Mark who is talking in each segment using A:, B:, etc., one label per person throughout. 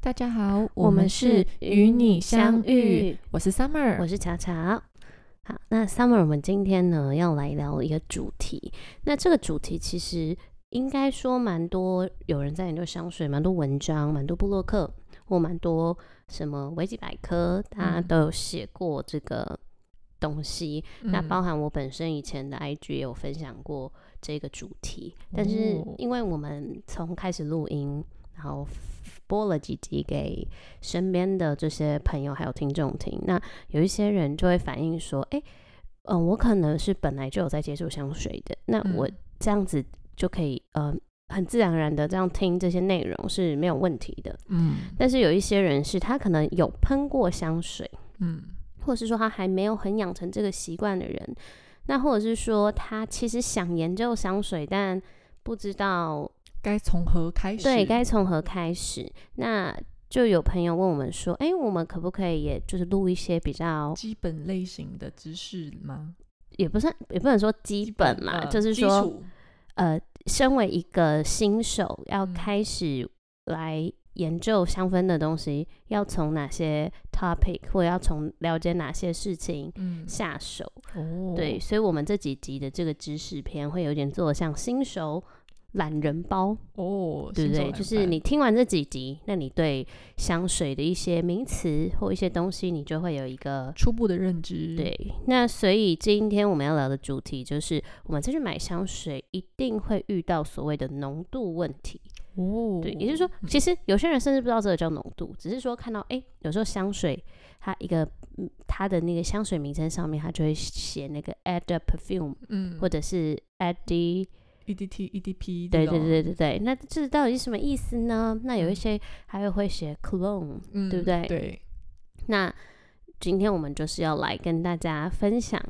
A: 大家好，
B: 我们是与你相遇，
A: 我是 Summer，
B: 我是茶茶。好，那 Summer，我们今天呢要来聊一个主题。那这个主题其实应该说蛮多，有人在研究香水，蛮多文章，蛮多布洛克，或蛮多什么维基百科，大家
A: 嗯
B: 都有写过这个东西。那
A: 嗯
B: 包含我本身以前的 IG 也有分享过这个主题，但是
A: 哦
B: 因为我们从开始录音，然后播了几集给身边的这些朋友还有听众听，那有一些人就会反映说，哎、嗯、我可能是本来就有在接触香水的，那我
A: 嗯
B: 这样子就可以，呃，很自然而然的这样听这些内容是没有问题的。
A: 嗯
B: 但是有一些人是他可能有喷过香水。
A: 嗯
B: 或是说他还没有很养成这个习惯的人，那或者是说他其实想研究香水，但不知道
A: 该从何开始？
B: 对该从何开始。那就有朋友问我们说：“哎、我们可不可以也就是录一些比较，
A: 基本类型的知识吗？
B: 也不算也不能说基本啦，
A: 呃
B: 就是
A: 基
B: 说
A: 础
B: 呃，身为一个新手要
A: 嗯
B: 开始来研究香氛的东西，要从哪些 topic 或者要从了解哪些事情
A: 嗯
B: 下手？”
A: 哦
B: 对，所以，我们这几集的这个知识篇会有点做像新手懒人包，
A: 哦，
B: 对
A: 新手
B: 不对？
A: 懒
B: 就是
A: 人
B: 你听完这几集，那你对香水的一些名词或一些东西，你就会有一个
A: 初步的认知，，
B: 对。那所以今天我们要聊的主题就是，我们再去买香水一定会遇到所谓的浓度问题。
A: 哦，
B: 对，也就是说，其实有些人甚至不知道这个叫浓度，只是说看到哎、诶有时候香水它一个嗯它的那个香水名称上面，它就会写那个 add a perfume。
A: 嗯 E
B: 或者是 AD，
A: ，EDT、EDP，
B: 对对对对对，那这到底是什么意思呢？那有一些还有会写 clone，
A: 嗯，
B: 对不对
A: 对，
B: 那今天我们就是要来跟大家分享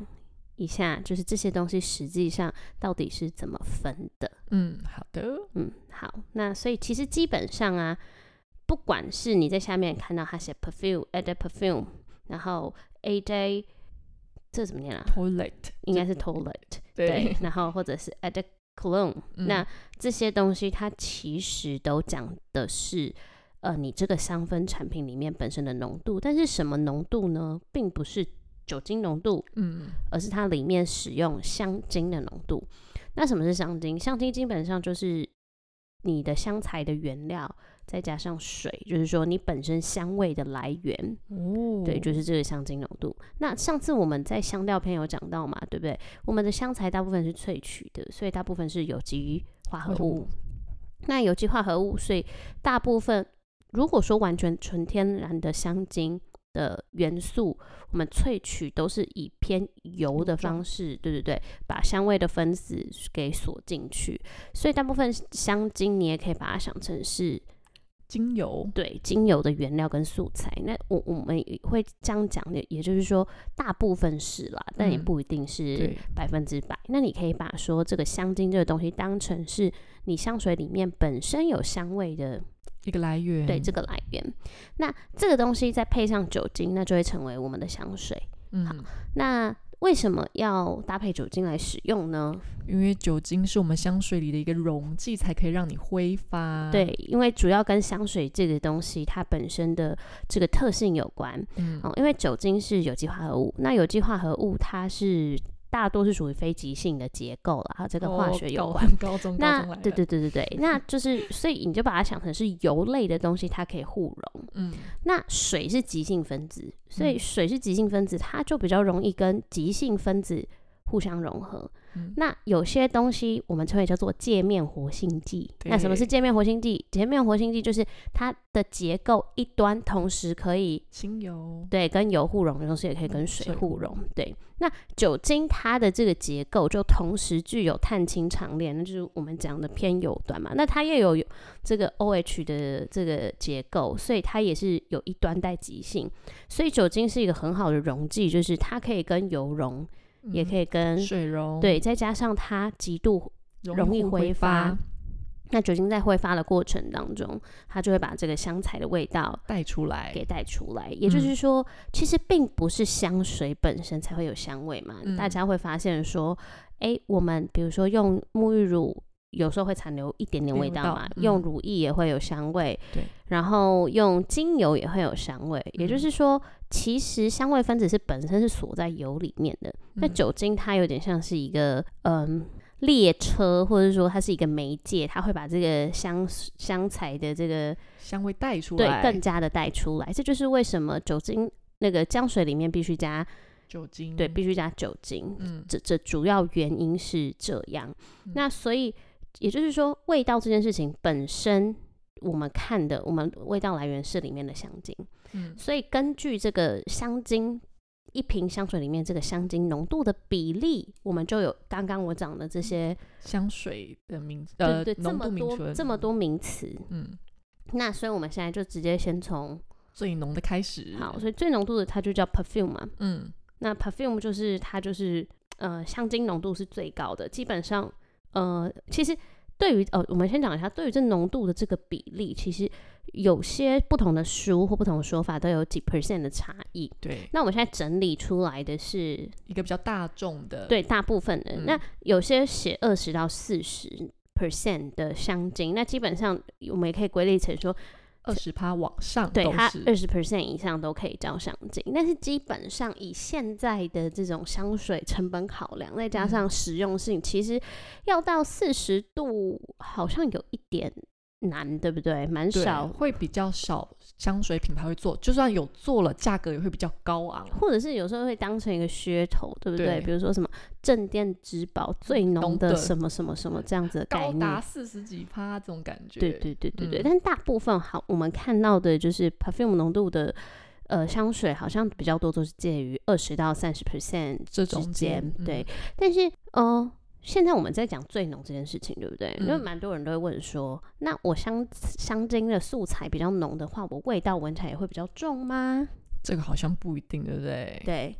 B: 一下，就是这些东西实际上到底是怎么分的。
A: 嗯，好的，
B: 嗯，好，那所以其实基本上啊，不管是你在下面看到他写 perfume、add perfume，然后 AJ，这怎么念啊？
A: toilet，
B: 应该是 toilet，
A: 对，
B: 然后或者是 add clone，
A: 嗯
B: 那这些东西它其实都讲的是，呃，你这个香氛产品里面本身的浓度，但是什么浓度呢？并不是酒精浓度，
A: 嗯
B: 而是它里面使用香精的浓度。那什么是香精？香精基本上就是你的香材的原料，再加上水，就是说你本身香味的来源。
A: 哦，
B: 对，就是这个香精浓度。那上次我们在香料篇有讲到嘛，对不对？我们的香材大部分是萃取的，所以大部分是有机化合
A: 化合
B: 物
A: 物。
B: 那有机化合物，所以大部分如果说完全纯天然的香精的元素，我们萃取都是以偏油的方式，对对对，把香味的分子给锁进去。所以大部分香精你也可以把它想成是
A: 精油，
B: 对精油的原料跟素材。那我我们也会这样讲的，也就是说，大部分是啦，但也
A: 嗯
B: 不一定是
A: 对，
B: 百分之百。那你可以把说这个香精这个东西当成是你香水里面本身有香味的
A: 一个来源，
B: 对这个来源。那这个东西再配上酒精，那就会成为我们的香水。
A: 嗯，
B: 那为什么要搭配酒精来使用呢？
A: 因为酒精是我们香水里的一个溶剂，才可以让你挥发，
B: 对，，因为主要跟香水这个东西它本身的这个特性有关。
A: 嗯
B: 哦，因为酒精是有机化合物，那有机化合物它是大多是属于非极性的结构了，它这跟化
A: 哦
B: 学有
A: 高
B: 关。
A: 高中高
B: 那
A: 中来
B: 对
A: 了
B: 对对对对， 那就是所以你就把它想成是油类的东西，它可以互溶。
A: 嗯
B: 那水是极性分子，所以
A: 嗯
B: 水是极性分子，它就比较容易跟极性分子互相融合。
A: 嗯
B: 那有些东西我们称为叫做界面活性剂。那什么是
A: 对
B: 界面活性剂？界面活性剂就是它的结构一端同时可以
A: 精油，
B: 对，跟油互溶，同时也可以跟水
A: 水
B: 互
A: 互
B: 溶。对，那酒精它的这个结构就同时具有碳氢长链，那就是我们讲的偏油端嘛。那它又有有这个 OH 的这个结构，所以它也是有一端带极性。所以酒精是一个很好的溶剂，就是它可以跟油溶，也可
A: 以
B: 以跟、
A: 嗯水溶，
B: 对，再加上它极度容易
A: 易
B: 挥
A: 挥
B: 发那酒精在挥发的过程当中，它就会把这个香材的味道
A: 带出来，嗯
B: 给带出来。也就是说，其实并不是香水本身才会有香味嘛，
A: 嗯
B: 大家会发现说，诶，我们比如说用沐浴乳。有时候会残留一点点味
A: 点
B: 道
A: 味道
B: 嘛，
A: 嗯
B: 用乳液也会有香味，
A: 对，
B: 然后用精油也会有香味，也就
A: 嗯
B: 是说，其实香味分子是本身是锁在油里面的，那
A: 嗯
B: 酒精它有点像是一个嗯列车，或者说它是一个媒介，它会把这个香香材的这个
A: 香味带出
B: 对
A: 来，
B: 更加的带出来，这就是为什么酒精那个浆水里面必须加
A: 酒精，
B: 对必须加酒精，
A: 嗯
B: 这这主要原因是这样。
A: 嗯
B: 那所以也就是说，味道这件事情本身，我们看的我们味道来源是里面的香精，
A: 嗯
B: 所以根据这个香精。一瓶香水里面这个香精浓度的比例，我们就有刚刚我讲的这些，
A: 香水的名呃
B: 对对，这
A: 浓度
B: 么
A: 名
B: 多
A: 称
B: 这么多名词。
A: 嗯
B: 那所以我们现在就直接先从
A: 最浓的开始，
B: 好，所以最浓度的它就叫 perfume 嘛。
A: 嗯
B: 那 perfume 就是它就是呃香精浓度是最高的，基本上呃其实对于呃我们先讲一下，对于这浓度的这个比例，其实有些不同的书或不同的说法都有几 percent 的差异。
A: 对，
B: 那我们现在整理出来的是
A: 一个比较大众的
B: 对大部分人，
A: 嗯
B: 那有些写二十到四十 percent 的香精，那基本上我们也可以归类成说，
A: 二十趴往上
B: 对
A: 都
B: 它
A: 是
B: 二十 percent 以上都可以叫香精，但是基本上以现在的这种香水成本考量，再加
A: 嗯
B: 上实用性，其实要到四十度好像有一点难，对不对？蛮
A: 对
B: 少，
A: 会比较少香水品牌会做，就算有做了，价格也会比较高昂。啊
B: 或者是有时候会当成一个噱头，对不对？
A: 对嗯
B: 比如说什么镇店之宝最浓
A: 浓
B: 的
A: 的
B: 什么什么什么这样子的概
A: 高达
B: 念。
A: 四十几趴这种感觉，
B: 对对对对对，
A: 嗯
B: 但大部分好，我们看到的就是 perfume 浓度的呃香水，好像比较多都是介于二十到三十 percent
A: 这
B: 之
A: 中
B: 间嗯
A: 间，嗯
B: 对，但是呃，现在我们在讲最浓这件事情，对不对？因为
A: 嗯
B: 蛮多人都会问说，那我香香精的素材比较浓的话，我味道闻起来也会比较重吗？
A: 这个好像不一定，对不对？
B: 对。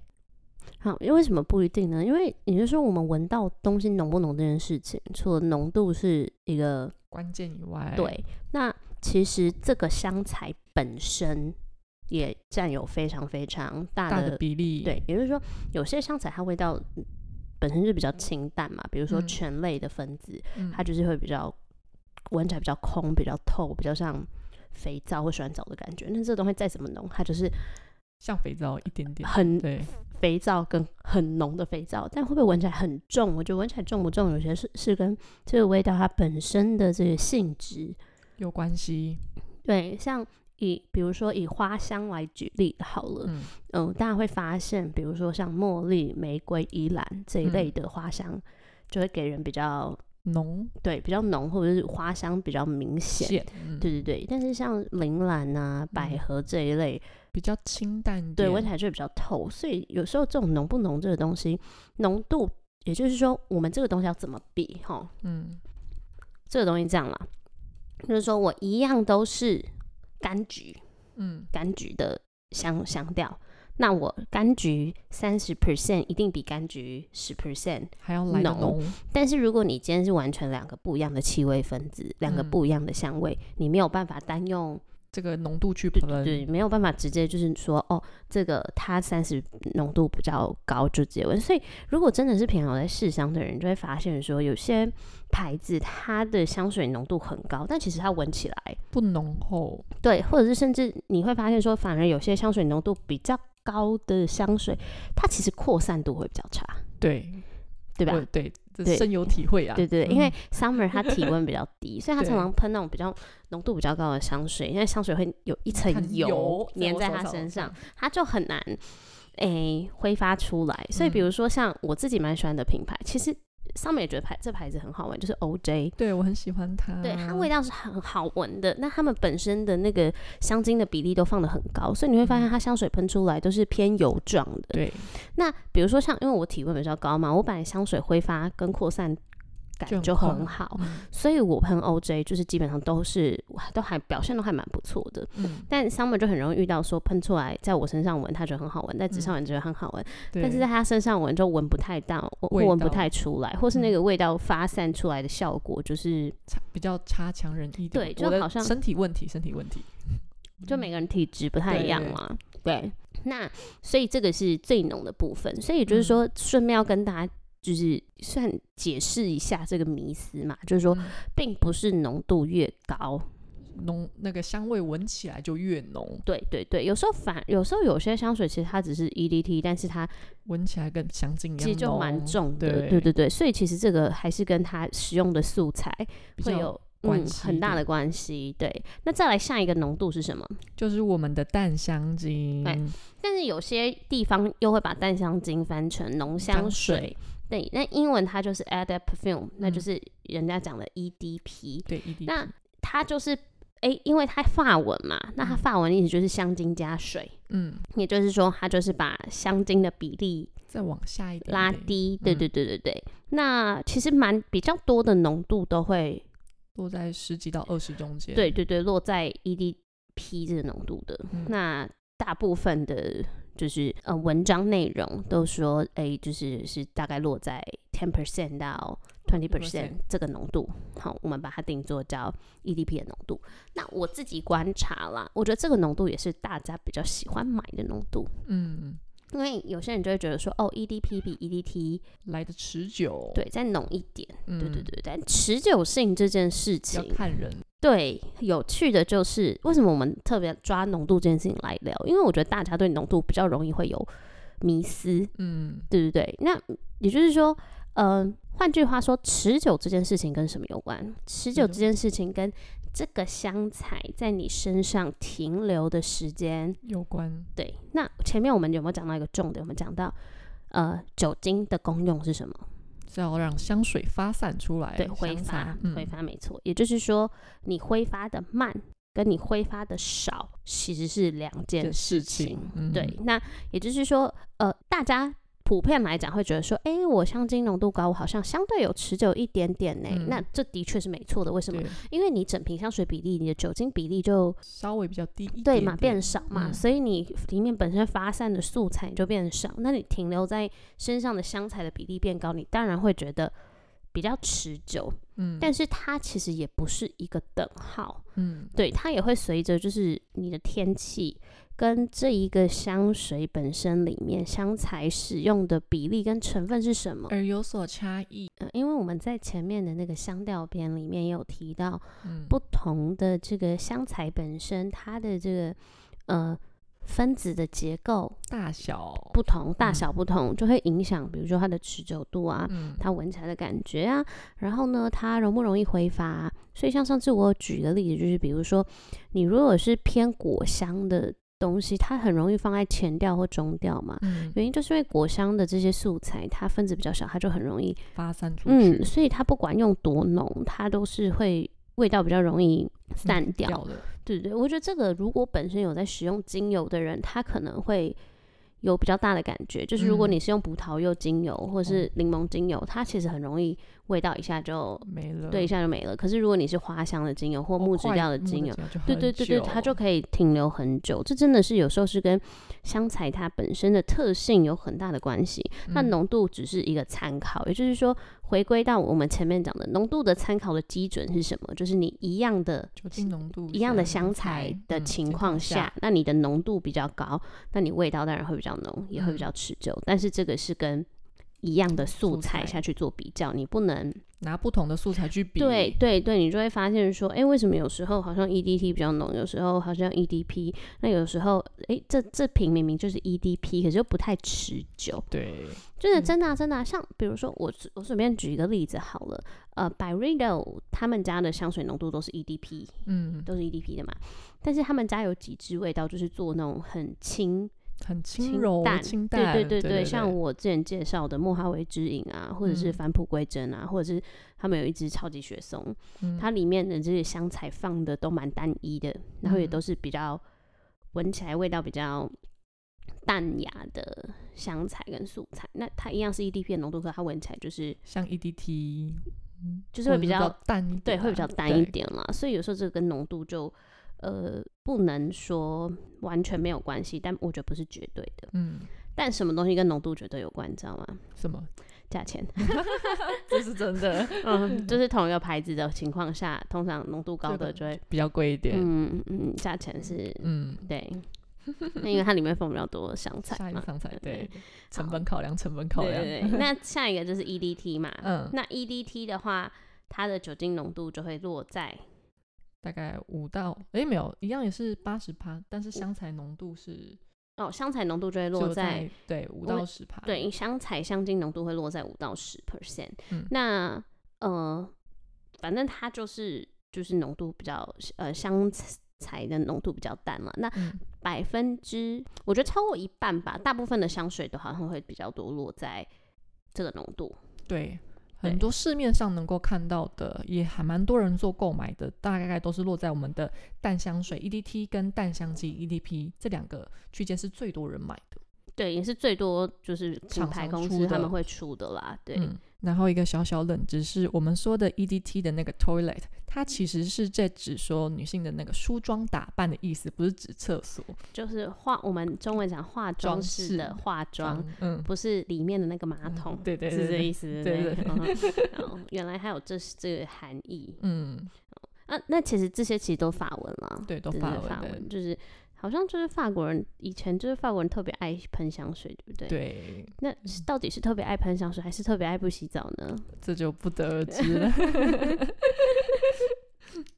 B: 好，因为为什么不一定呢？因为也就是说，我们闻到东西浓不浓这件事情，除了浓度是一个
A: 关键以外，
B: 对，那其实这个香材本身也占有非常非常大
A: 大
B: 的
A: 的比例，
B: 呃对，也就是说，有些香材它味道嗯本身就比较清淡嘛，比如说
A: 嗯
B: 醛类的分子，
A: 嗯，
B: 它就是会比较闻起来比较空、比较透、比较像肥皂或洗碗澡的感觉。那这个东西再怎么浓，它就是
A: 像肥皂一点点，
B: 很
A: 对，
B: 肥皂跟很浓的肥皂，但会不会闻起来很重？我觉得闻起来重不重，有些是是跟这个味道它本身的这个性质。
A: 有关系，
B: 对，像以比如说以花香来举例好了，
A: 嗯，
B: 嗯，大家会发现，比如说像茉莉、玫瑰、依兰这一
A: 嗯
B: 类的花香，就会给人比较
A: 浓
B: 对比较浓，或者是花香比较明显。
A: 显，嗯，
B: 对对对，但是像铃兰啊、百
A: 嗯
B: 合这一类，
A: 比较清淡一点，
B: 对闻起来就会比较透。所以有时候这种浓不浓这个东西，浓度，也就是说，我们这个东西要怎么比？哈，
A: 嗯，
B: 这个东西这样啦，就是说我一样都是柑橘，
A: 嗯
B: 柑橘的香香调。那我柑橘三十 percent 一定比柑橘十 percent，
A: 还要来的浓，
B: 但是如果你今天是完全两个不一样的气味分子，两个
A: 嗯
B: 不一样的香味，你没有办法单用，
A: 这个浓度去
B: 对
A: 喷，
B: 对，没有办法直接就是说哦，这个它三十浓度比较高就直接闻。所以如果真的是平常有在试香的人，就会发现说有些牌子它的香水浓度很高，但其实它闻起来
A: 不浓厚，
B: 对，或者是甚至你会发现说，反而有些香水浓度比较高的香水，它其实扩散度会比较差，
A: 对，
B: 对吧？
A: 我对，这
B: 对
A: 深有体会啊，
B: 对对，
A: 嗯
B: 因为 Summer 它体温比较低，所以它常
A: 对
B: 常喷那种比较浓度比较高的香水，因为香水会有一层
A: 很
B: 油
A: 油
B: 粘在
A: 我
B: 它
A: 手
B: 身上
A: 上，
B: 它就很难诶、挥发出来。所以比
A: 嗯
B: 如说像我自己蛮喜欢的品牌，其实 Summer 也觉得牌这牌子很好闻，就是 OJ。
A: 对我很喜欢它，
B: 对，它味道是很好闻的。那他们本身的那个香精的比例都放的很高，所以你会发现它香水喷出来都是偏油状的。
A: 嗯对
B: 那比如说像，因为我体温比较高嘛，我本来香水挥发跟扩散
A: 就
B: 感
A: 很
B: 就很
A: 快
B: 好，
A: 嗯
B: 所以我喷 OJ 就是基本上都是都还表现都还蛮不错的。
A: 嗯，
B: 但 Summer 就很容易遇到说喷出来，在我身上闻，它觉得很好闻；在
A: 嗯
B: 纸上闻觉得很好闻，
A: 对
B: 但是在他身上闻就闻不太到，或或
A: 味
B: 闻不
A: 道
B: 太出来，或是那
A: 嗯
B: 个味道发散出来的效果就是
A: 差比较差强人意，
B: 对就
A: 我的
B: 好像
A: 身体问题，身体问题，嗯
B: 就每个人体质不太一样
A: 对
B: 嘛。对，那所以这个是最浓的部分，所以也就是
A: 嗯
B: 说，顺便要跟大家就是算解释一下这个迷思嘛，就
A: 嗯
B: 是说，并不是浓度越高，
A: 浓那个香味闻起来就越浓，
B: 对对对，有时候反有时候有些香水其实它只是 EDT，但是它
A: 闻起来跟香精一样
B: 其实就蛮
A: 浓
B: 重的，
A: 对
B: 对对对，所以其实这个还是跟它使用的素材
A: 比
B: 会
A: 较
B: 有。
A: 关
B: 嗯，
A: 系
B: 很大
A: 对
B: 的关系。对，那再来下一个浓度是什么？
A: 就是我们的淡香精，
B: 对但是有些地方又会把淡香精翻成浓香
A: 香水
B: 水。对，那英文它就是 add perfume，、那就
A: 嗯 E
B: 是人家讲的 EDP。
A: 对，一滴
B: 那它就是诶，因为它法文嘛，那它法文意思就是香精加水，
A: 嗯，
B: 也就是说它就是把香精的比例
A: 再往下一点
B: 拉
A: 点
B: 低。对
A: 嗯
B: 对对对对。那其实蛮比较多的浓度都会，
A: 落在十几到二十中间，
B: 对，对对，落在 EDP 这个浓度的。
A: 嗯
B: 那大部分的，就是呃文章内容都说，哎、就是是大概落在 ten percent 到 twenty percent
A: 20%
B: 这个浓度。好，我们把它定做叫 EDP 的浓度。那我自己观察啦，我觉得这个浓度也是大家比较喜欢买的浓度，
A: 嗯，
B: 因为有些人就会觉得说，哦，EDP 比 EDT
A: 来的持久，
B: 对再浓一点，
A: 嗯，
B: 对对对。但持久性这件事情
A: 要，看人，
B: 对，有趣的就是为什么我们特别抓浓度这件事情来聊，因为我觉得大家对浓度比较容易会有迷思，
A: 嗯，
B: 对不对？那也就是说，嗯，换句话说，持久这件事情跟什么有关？持久
A: 嗯
B: 这件事情跟这个香材在你身上停留的时间，
A: 有关，
B: 对。那前面我们有没有讲到一个重点？我们讲到。呃，酒精的功用是什么？
A: 是要让香水发散出来，
B: 对，挥
A: 香
B: 发
A: 茶，嗯，
B: 挥发没错。也就是说，你挥发的慢跟你挥发的少其实是两件
A: 件
B: 事
A: 事
B: 情
A: 情。，嗯
B: 对，，那也就是说，呃，大家普遍来讲会觉得说，诶，我香精浓度高，我好像相对有持久一点点呢、
A: 嗯
B: 那这的确是没错的，为什么？
A: 对，
B: 因为你整瓶香水比例，你的酒精比例就
A: 稍微比较低一点，
B: 对嘛变，少嘛，
A: 嗯
B: 所以你里面本身发散的素材就变少，那你停留在身上的香材的比例变高，你当然会觉得比较持久。
A: 嗯，
B: 但是它其实也不是一个等号，
A: 嗯，
B: 对，它也会随着就是你的天气跟这一个香水本身里面香材使用的比例跟成分是什么。
A: 而有所差异，
B: 呃因为我们在前面的那个香调篇里面也有提到，
A: 嗯，
B: 不同的这个香材本身它的这个呃分子的结构
A: 大小
B: 不，同，大
A: 嗯
B: 小不同，就会影响，比如说它的持久度啊，
A: 嗯，
B: 它闻起来的感觉啊，然后呢，它容不容易挥发、啊所以像上次我有举的例子就是，比如说你如果是偏果香的东西，它很容易放在前调或中调嘛。
A: 嗯，
B: 原因就是因为果香的这些素材，它分子比较小，它就很容易，
A: 发散出
B: 嗯，
A: 去，
B: 所以它不管用多浓，它都是会味道比较容易散
A: 嗯
B: 掉。
A: 掉的，
B: 对对，我觉得这个如果本身有在使用精油的人，他可能会有比较大的感觉，就是如果
A: 嗯哦
B: 你是用葡萄柚精油或是柠檬精油，它其实很容易味道一下就
A: 没了，
B: 对一下就没了。可是如果你是花香的精油或
A: 嗯哦，
B: 木质
A: 快
B: 调的
A: 木
B: 精油，
A: 调就
B: 对
A: 很
B: 对对对，
A: 久
B: 它就可以停留很久。这真的是有时候是跟香材它本身的特性有很大的关系。那
A: 嗯
B: 浓度只是一个参考，也就是说，回归到我们前面讲的浓度的参考的基准是什么？就是你一样的
A: 酒精浓度
B: 一样的
A: 下
B: 香材的
A: 嗯
B: 情况下，
A: 下，
B: 那你的浓度比较高，那你味道当然会比较浓，也会比
A: 嗯
B: 较持久。但是这个是跟一样的素
A: 素
B: 材
A: 材
B: 下去做比较，你不能
A: 拿不同的素材去比，
B: 对对对，你就会发现说，哎、为什么有时候好像 EDT 比较浓，有时候好像 EDP，那有时候哎、诶这这瓶明明就是 EDP，可是又不太持久。
A: 对，
B: 真的
A: 嗯
B: 真的啊、真的啊、像比如说我随我随便举一个例子好了，呃 b y r i d o 他们家的香水浓度都是 EDP，
A: 嗯，
B: 都是 EDP 的嘛，但是他们家有几支味道就是做那种很轻
A: 很轻
B: 清
A: 柔
B: 淡
A: 清
B: 对
A: 淡，
B: 对对
A: 对
B: 对，像我之前介绍的莫哈维之影啊，或者是
A: 嗯
B: 返璞归真啊，或者是他们有一支超级雪松，
A: 嗯
B: 它里面的这些香材放的都蛮单一的，然后也
A: 嗯
B: 都是比较闻起来味道比较淡雅的香材跟素材。那它一样是 EDP 的浓度，可它闻起来就是
A: 像 EDT，嗯
B: 就是
A: 或
B: 会
A: 者
B: 比
A: 比
B: 较
A: 淡一点啊，
B: 对，会比较单一
A: 对，
B: 点啦。所以有时候这个跟浓度就呃不能说完全没有关系，但我觉得不是绝对的。
A: 嗯，
B: 但什么东西跟浓度绝对有关，你知道吗？
A: 什么？
B: 价钱。
A: 这是真的，
B: 嗯， 就是同一个牌子的情况下，通常浓度高
A: 这
B: 的
A: 个
B: 就会，嗯
A: 比较贵一点，
B: 嗯嗯，价钱是，
A: 嗯，
B: 对， 那因为它里面放比较多香菜
A: 下一
B: 嘛
A: 个。香菜，对，成
B: 好
A: 本考量，成本考
B: 对
A: 量，
B: 对对，那下一个就是 EDT 嘛，
A: 嗯，
B: 那 EDT 的话，它的酒精浓度就会落在
A: 大概五到诶，没有，一样也是八十趴，但是香菜浓度是
B: 哦，香菜浓度就会落
A: 就
B: 在
A: 在对五
B: 我
A: 到十趴，
B: 对香菜香精浓度会落在五到十 percent
A: 嗯。
B: 那呃，反正它就是就是浓度比较呃香菜的浓度比较淡了。那
A: 嗯，
B: 百分之我觉得超过一半吧，大部分的香水都好像会比较多落在这个浓度。
A: 对，
B: 对
A: 很多市面上能够看到的，也还蛮多人做购买的，大概都是落在我们的淡香水 EDT 跟淡香剂 EDP 这两个区间是最多人买的。
B: 对，也是最多就是品
A: 厂
B: 牌
A: 商
B: 公
A: 出
B: 司他
A: 的
B: 们会出的啦。对，
A: 嗯，然后一个小小冷知识，我们说的 EDT 的那个 toilet，它其实是在指说女性的那个梳妆打扮的意思，不是指厕所
B: 就是化我们中文讲化妆
A: 装
B: 师
A: 饰
B: 的化妆，。
A: 嗯，
B: 不是里面的那个马桶，
A: 对对
B: 是
A: 对
B: 这
A: 对
B: 意思，
A: 对
B: 对
A: 对
B: 不嗯哦原来还有这是这个含义
A: 嗯，
B: 啊！那其实这些其实都法文啦，
A: 对，都
B: 对
A: 法
B: 对
A: 文
B: 法
A: 的
B: 文，就是好像就是法国人以前就是法国人特别爱喷香水，对不对？。
A: 对，嗯
B: 那是到底是特别爱喷香水，还是特别爱不洗澡呢？
A: 这就不得而 知了。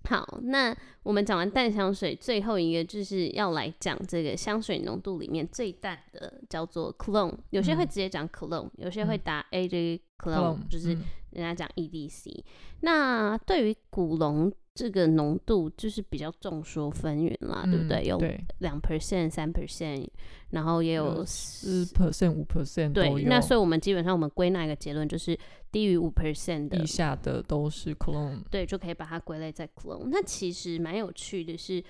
B: 好，那我们讲完淡香水，最后一个就是要来讲这个香水浓度里面最淡的，叫做 clone。有些会
A: 嗯
B: 直接讲 clone，、有些会
A: 嗯
B: 打 A J
A: 不
B: clone，、就是
A: 嗯
B: 人家讲 EDC。那对于古龙这个浓度，就是比较众说纷纭啦，对不
A: 嗯
B: 对？有
A: 对
B: 两 percent、三 percent，然后也有
A: 有四 percent 五 percent 都
B: 对。那
A: 有
B: 所以我们基本上我们归纳一个结论，就是低于五 percent 的
A: 以下的都是 clone，
B: 对，就可以把它归类在 clone。那其实蛮有趣的是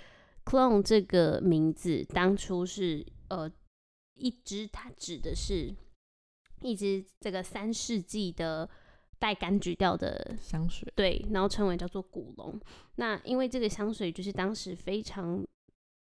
B: ，clone 这个名字当初是呃，一只它指的是一只这个三世纪的带柑橘调的
A: 香水，
B: 对，然后称为叫做古龙。那因为这个香水就是当时非常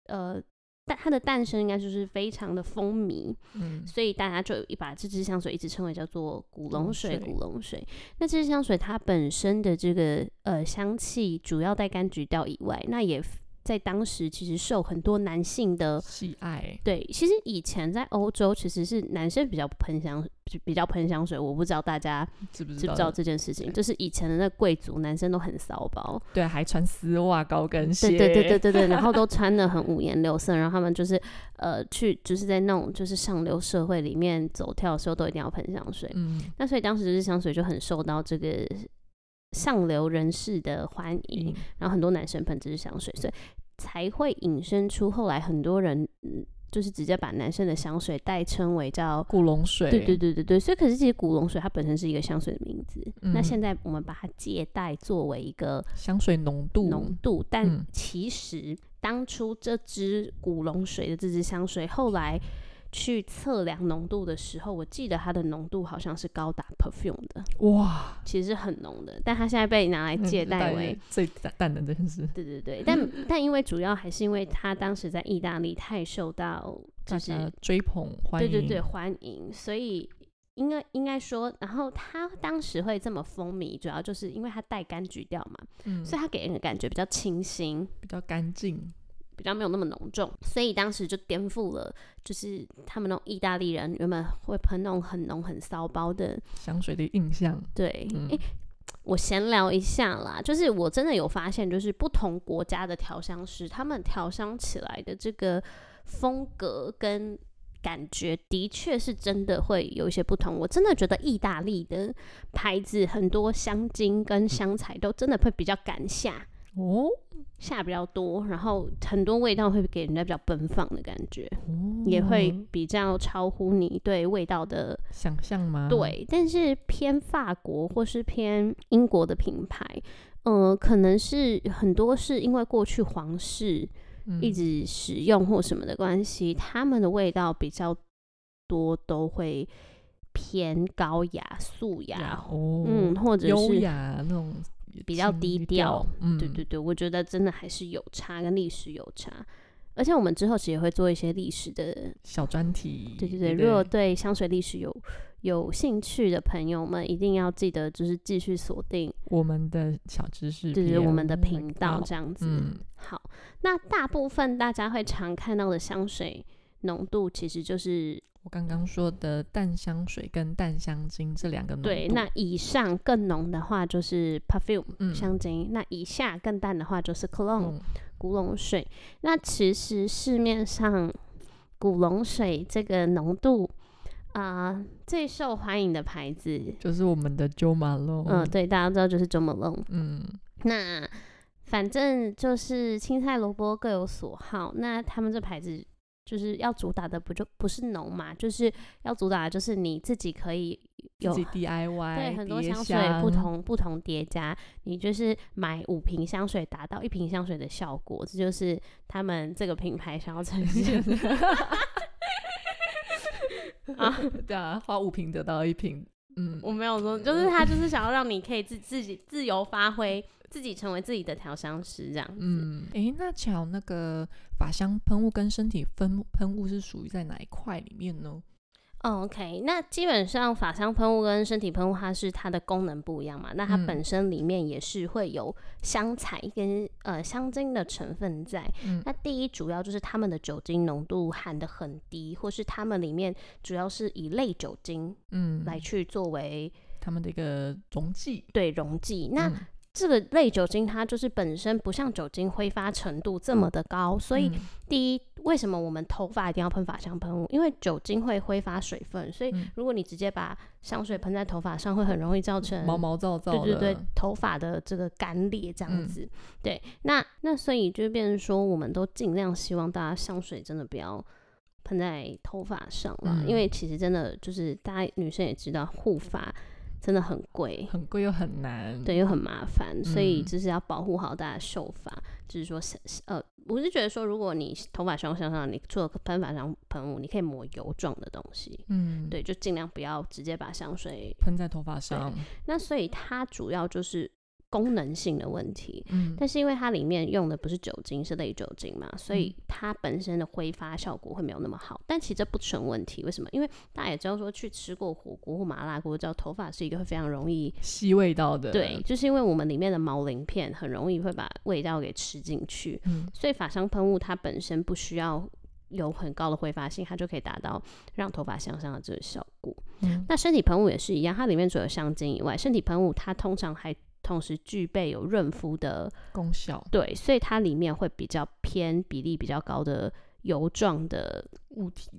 B: 呃。但它的诞生应该就是非常的风靡，
A: 嗯，
B: 所以大家就把这支香水一直称为叫做古龙
A: 龙
B: 水，
A: 水
B: 古龙水。那这支香水它本身的这个呃香气，主要带柑橘调以外，那也 f- 在当时其实受很多男性的
A: 喜爱，
B: 对，其实以前在欧洲其实是男生比较喷香，比较喷香水。我不知道大家
A: 知不
B: 知
A: 知
B: 不
A: 道？
B: 知道这件事情，
A: 对
B: 就是以前的那贵族男生都很骚包，
A: 对，还穿丝袜、高跟鞋，
B: 对对对对对对，然后都穿的很五颜六色，然后他们就是呃去就是在那种就是上流社会里面走跳的时候都一定要喷香水，
A: 嗯，
B: 那所以当时就是香水就很受到这个上流人士的欢迎，
A: 嗯，
B: 然后很多男生喷这支香水，所以才会引申出后来很多人嗯就是直接把男生的香水代称为叫。
A: 古龙水，
B: 对对对对对，所以可是其实古龙水它本身是一个香水的名字，那
A: 嗯
B: 现在我们把它借代作为一个
A: 香水浓度，
B: 浓度，但
A: 嗯
B: 其实当初这支古龙水的这支香水，后来去测量浓度的时候，我记得它的浓度好像是高达 perfume 的，
A: 哇，
B: 其实是很浓的，但它现在被
A: 嗯
B: 拿来借代为。
A: 最淡淡的真是
B: 对对对， 但但因为主要还是因为它当时在意大利太受到就
A: 大
B: 是
A: 家追捧欢
B: 对
A: 迎，
B: 对对，欢迎，所以应该应该说，然后它当时会这么风靡，主要就是因为它带柑橘调嘛，
A: 嗯，
B: 所以它给人的感觉比较清新，
A: 比较干净，
B: 比较没有那么浓重，所以当时就颠覆了，就是他们那种意大利人原本会喷那种很浓很骚包的。
A: 香水的印象，
B: 对，诶、
A: 嗯
B: 我闲聊一下啦，就是我真的有发现，就是不同国家的调香师，他们调香起来的这个风格跟感觉，的确是真的会有一些不同。我真的觉得意大利的牌子很多香精跟香材都真的会比较敢下。
A: 哦
B: 下比较多，然后很多味道会给人家比较奔放的感觉，
A: 哦，
B: 也会比较超乎你对味道的
A: 想象吗？，
B: 对。但是偏法国或是偏英国的品牌，呃，可能是很多是因为过去皇室
A: 嗯
B: 一直使用或什么的关系，他们的味道比较多都会偏高雅、素雅，
A: 哦，
B: 嗯，，或者
A: 优
B: 是
A: 雅那种
B: 比较
A: 清
B: 低调，
A: 嗯，
B: 对对对，我觉得真的还是有差，跟历史有差。而且我们之后其实也会做一些历史的
A: 小专题。
B: 对对对，如果对香水历史有有兴趣的朋友们，一定要记得就是继续锁定，
A: 我们的小知识，
B: 就是我们的频道这样子。
A: 嗯，
B: 好，那大部分大家会常看到的香水浓度，其实就是
A: 我刚刚说的淡香水跟淡香精这两个浓度，
B: 对。那以上更浓的话就是 perfume、
A: 嗯
B: 香精，那以下更淡的话就是 cologne、
A: 嗯
B: 古龙水。那其实市面上古龙水这个浓度，啊、最受欢迎的牌子，
A: 就是我们的 Jo Malone，
B: 嗯、对，大家知道就是 Jo Malone。
A: 嗯
B: 那反正就是青菜萝卜各有所好，那他们这牌子。就是要主打的不就不是浓嘛，就是要主打的就是你自己可以有
A: 自己 DIY，
B: 对，很多
A: 叠
B: 香水不同不同叠加，你就是买五瓶香水达到一瓶香水的效果，这就是他们这个品牌想要呈现的。 啊，
A: 对啊，花五瓶得到一瓶，嗯，
B: 我没有说，就是他就是想要让你可以自自己自由发挥，自己成为自己的调香师这样子。
A: 嗯，诶，那巧那个法香喷雾跟身体喷喷雾是属于在哪一块里面呢？
B: 哦 OK，那基本上法香喷雾跟身体喷雾，它是它的功能不一样嘛，那它
A: 嗯
B: 本身里面也是会有香材跟呃香精的成分在。
A: 嗯
B: 那第一主要就是它们的酒精浓度含的很低，或是它们里面主要是以类酒精
A: 嗯，
B: 来去作为、
A: 他们的一个溶剂。
B: 对溶剂。那
A: 嗯
B: 这个类酒精它就是本身不像酒精挥发程度这么的高，所以
A: 嗯
B: 第一，为什么我们头发一定要喷发香喷雾？因为酒精会挥发水分，所以
A: 嗯
B: 如果你直接把香水喷在头发上，会很容易造
A: 嗯
B: 成
A: 毛毛躁躁的，
B: 对对对，头发的这个干裂这样
A: 嗯
B: 子。对，那那所以就变成说，我们都尽量希望大家香水真的不要喷在头发上啦，因
A: 嗯
B: 为其实真的就是大家女生也知道，护发真的很贵。
A: 很贵又很难。
B: 对，又很麻烦，所以
A: 嗯
B: 就是要保护好大家的秀发。就是说是，是呃，我是觉得说，如果你头发香香上，你除了喷发上喷雾，你可以抹油状的东西，
A: 嗯，
B: 对，就尽量不要直接把香水
A: 喷在头发上，
B: 那所以它主要就是功能性的问题，
A: 嗯，
B: 但是因为它里面用的不是酒精，是类酒精嘛，所以
A: 嗯
B: 它本身的挥发效果会没有那么好。但其实这不成问题，为什么？因为大家也知道说，去吃过火锅或麻辣锅，知道头发是一个会非常容易
A: 吸味道的，
B: 对，，就是因为我们里面的毛鳞片很容易会把味道给吃进去，
A: 嗯
B: 所以法香喷雾它本身不需要。有很高的挥发性，它就可以达到让头发香香的这个效果。
A: 嗯
B: 那身体喷雾也是一样，它里面除了香精以外，身体喷雾它通常还同时具备有润肤的，
A: 功效
B: 对，所以它里面会比较偏比例比较高的油状的，
A: 物体，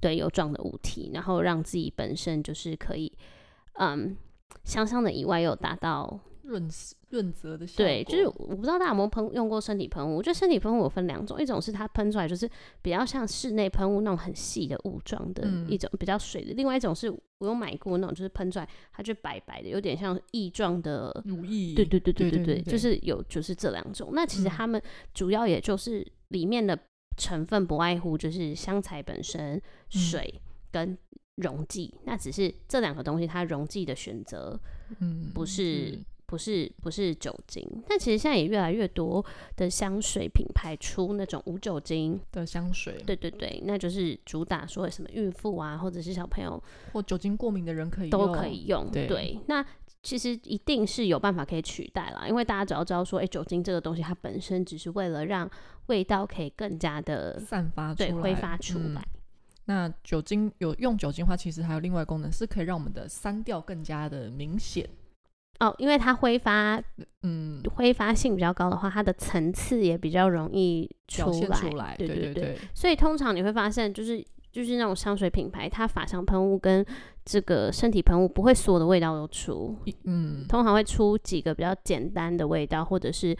B: 对，油状的物体，然后让自己本身就是可以，嗯，香香的以外又有达到
A: 润湿润泽的效果，
B: 对，就是我不知道大家有没有喷用过身体喷雾。我觉得身体喷雾有分两种，一种是它喷出来就是比较像室内喷雾那种很细的雾状的
A: 嗯
B: 一种、比较水的，另外一种是我有买过那种就是喷出来它就白白的，有点像液状的。
A: 乳液，
B: 对对对
A: 对
B: 对对
A: 对
B: 对，
A: 对
B: 就是有就是这两种。那其实
A: 嗯
B: 它们主要也就是里面的成分不外乎就是香材本
A: 嗯
B: 身、水跟溶剂。那只是这两个东西它溶剂的选择
A: 嗯，
B: 不是不是不是酒精，但其实现在也越来越多的香水品牌出那种无酒精，
A: 的香水，
B: 对对对，那就是主打说什么孕妇啊，或者是小朋友
A: 或酒精过敏的人可以
B: 都
A: 用
B: 可以，用。
A: 对
B: 那其实一定是有办法可以取代啦，因为大家只要知道说，哎、酒精这个东西它本身只是为了让味道可以更加的
A: 散发出
B: 对
A: 来，
B: 挥发出
A: 嗯
B: 来。
A: 那酒精有用酒精的话，其实还有另外功能，是可以让我们的三调更加的明显。
B: 哦，因为它挥发
A: 嗯，
B: 挥发性比较高的话，它的层次也比较容易
A: 表现
B: 来。
A: 出来，
B: 对
A: 对
B: 对所以通常你会发现，就是就是那种香水品牌，它法香喷雾跟这个身体喷雾不会所有的味道都出，
A: 一嗯，
B: 通常会出几个比较简单的味道，或者是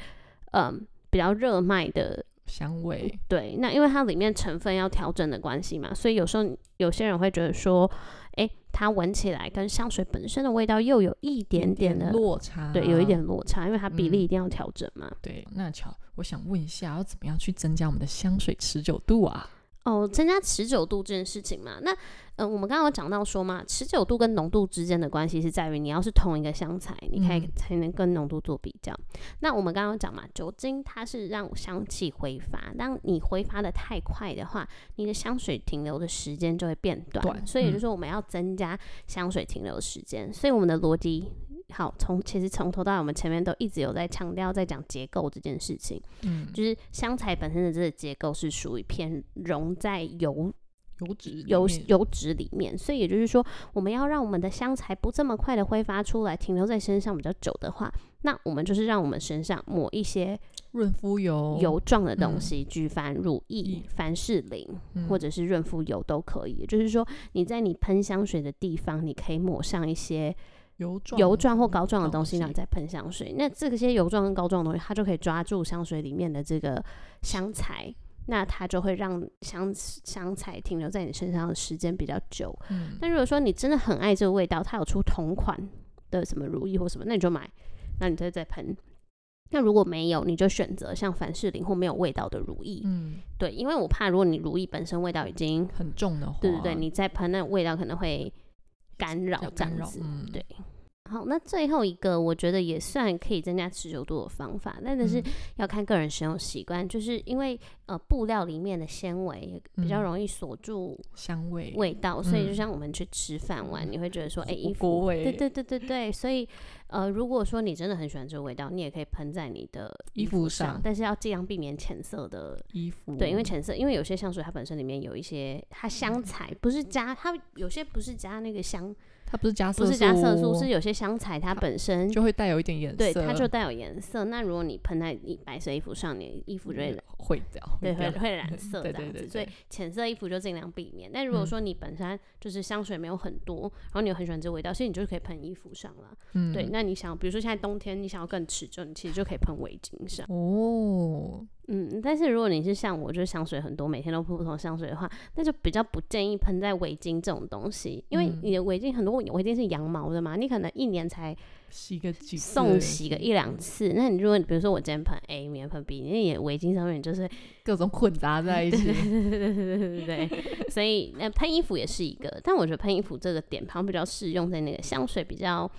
B: 嗯比较热卖的。
A: 香味，
B: 对，那因为它里面成分要调整的关系嘛，所以有时候你有些人会觉得说，诶，它闻起来跟香水本身的味道又有一点点的，
A: 落差，
B: 对，有一点落差，因为它比例
A: 嗯
B: 一定要调整嘛。
A: 对。那巧，我想问一下，要怎么样去增加我们的香水持久度啊？
B: 哦，增加持久度这件事情嘛，那呃，我们刚刚有讲到说嘛，持久度跟浓度之间的关系是在于你要是同一个香材，你才
A: 嗯
B: 才能跟浓度做比较。那我们刚刚有讲嘛，酒精它是让香气挥发，当你挥发的太快的话，你的香水停留的时间就会变短，
A: 短
B: 所以也就
A: 嗯
B: 是说我们要增加香水停留的时间。所以我们的逻辑好，从其实从头到尾我们前面都一直有在强调在讲结构这件事情。
A: 嗯，
B: 就是香材本身的这个结构是属于偏溶在油
A: 油脂里
B: 油
A: 面
B: 油脂里面，所以也就是说，我们要让我们的香材不这么快的挥发出来，停留在身上比较久的话，那我们就是让我们身上抹一些
A: 润肤油
B: 油状的东
A: 嗯
B: 西，举凡乳液
A: 液、
B: 凡士林
A: 嗯
B: 或者是润肤油都可以。也就是说，你在你喷香水的地方，你可以抹上一些
A: 油状
B: 油状或膏状的东
A: 东
B: 西，然后
A: 西
B: 再喷香水。那这些油状跟膏状的东西，它就可以抓住香水里面的这个香材，那它就会让香香材停留在你身上的时间比较久。
A: 嗯
B: 那如果说你真的很爱这个味道，它有出同款的什么如意或什么，那你就买，那你就再喷。那如果没有，你就选择像凡士林或没有味道的如意。
A: 嗯
B: 对，因为我怕如果你如意本身味道已经，
A: 很重的话，
B: 对对对，你再喷那味道可能会干扰
A: 要
B: 这
A: 干
B: 样
A: 扰
B: 子。
A: 嗯
B: 对好，那最后一个我觉得也算可以增加持久度的方法，但是是
A: 嗯
B: 要看个人使用习惯，就是因为呃布料里面的纤维也比较
A: 嗯
B: 容易锁住
A: 香味
B: 味道，所以就
A: 嗯
B: 像我们去吃饭完，你会觉得说，
A: 火
B: 哎、衣
A: 锅
B: 服，对
A: 味
B: 对对对对，所以呃，如果说你真的很喜欢这个味道，你也可以喷在你的
A: 衣
B: 衣服
A: 服
B: 上，
A: 上哦
B: 但是要尽量避免浅色的
A: 衣服
B: 对，因为浅色，因为有些香水它本身里面有一些它
A: 嗯
B: 香材，不是加它有些不是加那个香，
A: 它不是加色
B: 不
A: 素，
B: 是加色素，是有些香材它本身
A: 就会带有一点颜色，
B: 对它就带有颜色。那如果你喷在你白色衣服上，你衣服就会
A: 嗯会掉，
B: 对会
A: 掉
B: 会染色这
A: 对对
B: 样
A: 对
B: 子，
A: 对
B: 所以
A: 对
B: 浅色衣服就尽量避免。但如果
A: 嗯
B: 说你本身就是香水没有很多，然后你又很喜欢这个味道，所以你就可以喷衣服上了。
A: 嗯
B: 对，那你想，比如说现在冬天，你想要更持久，你其实就可以喷围巾上。
A: 哦，
B: 嗯，但是如果你是像我，就是香水很多，每天都喷不同香水的话，那就比较不建议喷在围巾这种东西，因为
A: 嗯
B: 你的围巾很多围巾是羊毛的嘛，你可能一年才
A: 洗个几次
B: 送洗个一两次。那你如果你比如说我今天喷 A，明天喷 B，那你的围巾上面你就是
A: 各种混杂在一起，
B: 对对对，所以那喷衣服也是一个，但我觉得喷衣服这个点好像比较适用在那个香水比较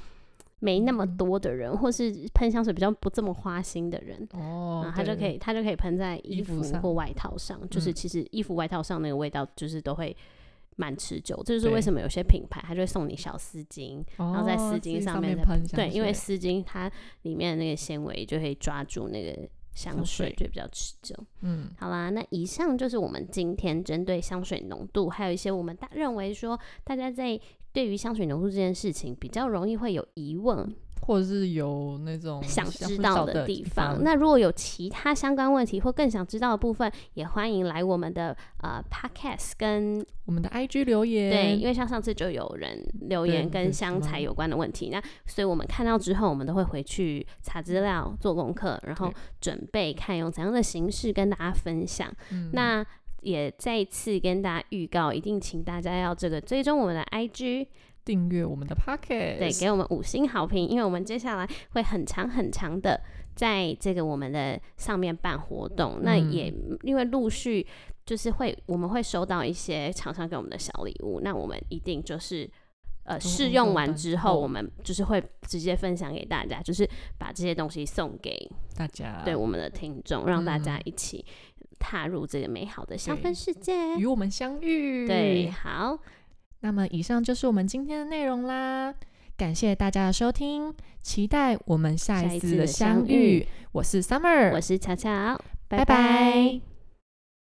B: 没那么多的
A: 嗯
B: 人，或是喷香水比较不这么花心的人，
A: 哦
B: 啊，，他就
A: 对
B: 可以他就可以喷在衣
A: 衣服
B: 服
A: 上
B: 或外套上，就是
A: 嗯
B: 其实衣服外套上那个味道就是都会。蛮持久，这就是
A: 对
B: 为什么有些品牌它就会送你小丝巾，
A: 然
B: 后在丝巾上
A: 哦上
B: 面再
A: 喷香
B: 对，因为
A: 水
B: 丝巾它里面的那个纤维就会抓住那个香
A: 香
B: 水
A: 水，
B: 就比较持久。
A: 嗯
B: 好啦，那以上就是我们今天针对香水浓度，还有一些我们大认为说大家在对于香水浓度这件事情比较容易会有疑问、
A: 或者是有那种
B: 想知
A: 知
B: 道
A: 的
B: 地
A: 方，
B: 那如果有其他相关问题或更想知道的部分，也欢迎来我们的呃 podcast 跟
A: 我们的 IG 留言
B: 对，因为像上次就有人留言
A: 对
B: 跟
A: 对
B: 香
A: 什
B: 材
A: 么
B: 有关的问题，那所以我们看到之后，我们都会回去查资料、做功课，然后
A: 对
B: 准备看用怎样的形式跟大家分享。
A: 嗯
B: 那也再次跟大家预告，一定请大家要这个追踪我们的 IG，
A: 订阅我们的 Pocket，
B: 对，给我们五星好评，因为我们接下来会很长很长的在这个我们的上面办活动，那
A: 嗯
B: 也因为陆续就是会我们会收到一些厂商给我们的小礼物，那我们一定就是。呃，
A: 都
B: 试
A: 红
B: 用
A: 豆
B: 完
A: 蛋
B: 之后，
A: 哦
B: 我们就是会直接分享给大家，就是把这些东西送给
A: 大家
B: 对我们的听众，让大家
A: 嗯
B: 一起踏入这个美好的香氛
A: 对
B: 世界。
A: 与我们相遇，
B: 对，，好，
A: 那么以上就是我们今天的内容啦，感谢大家的收听，期待我们下
B: 下一
A: 一
B: 次
A: 次
B: 的
A: 的
B: 相
A: 相
B: 遇
A: 遇。我是 Summer，
B: 我是巧巧，
A: 拜拜
B: 拜拜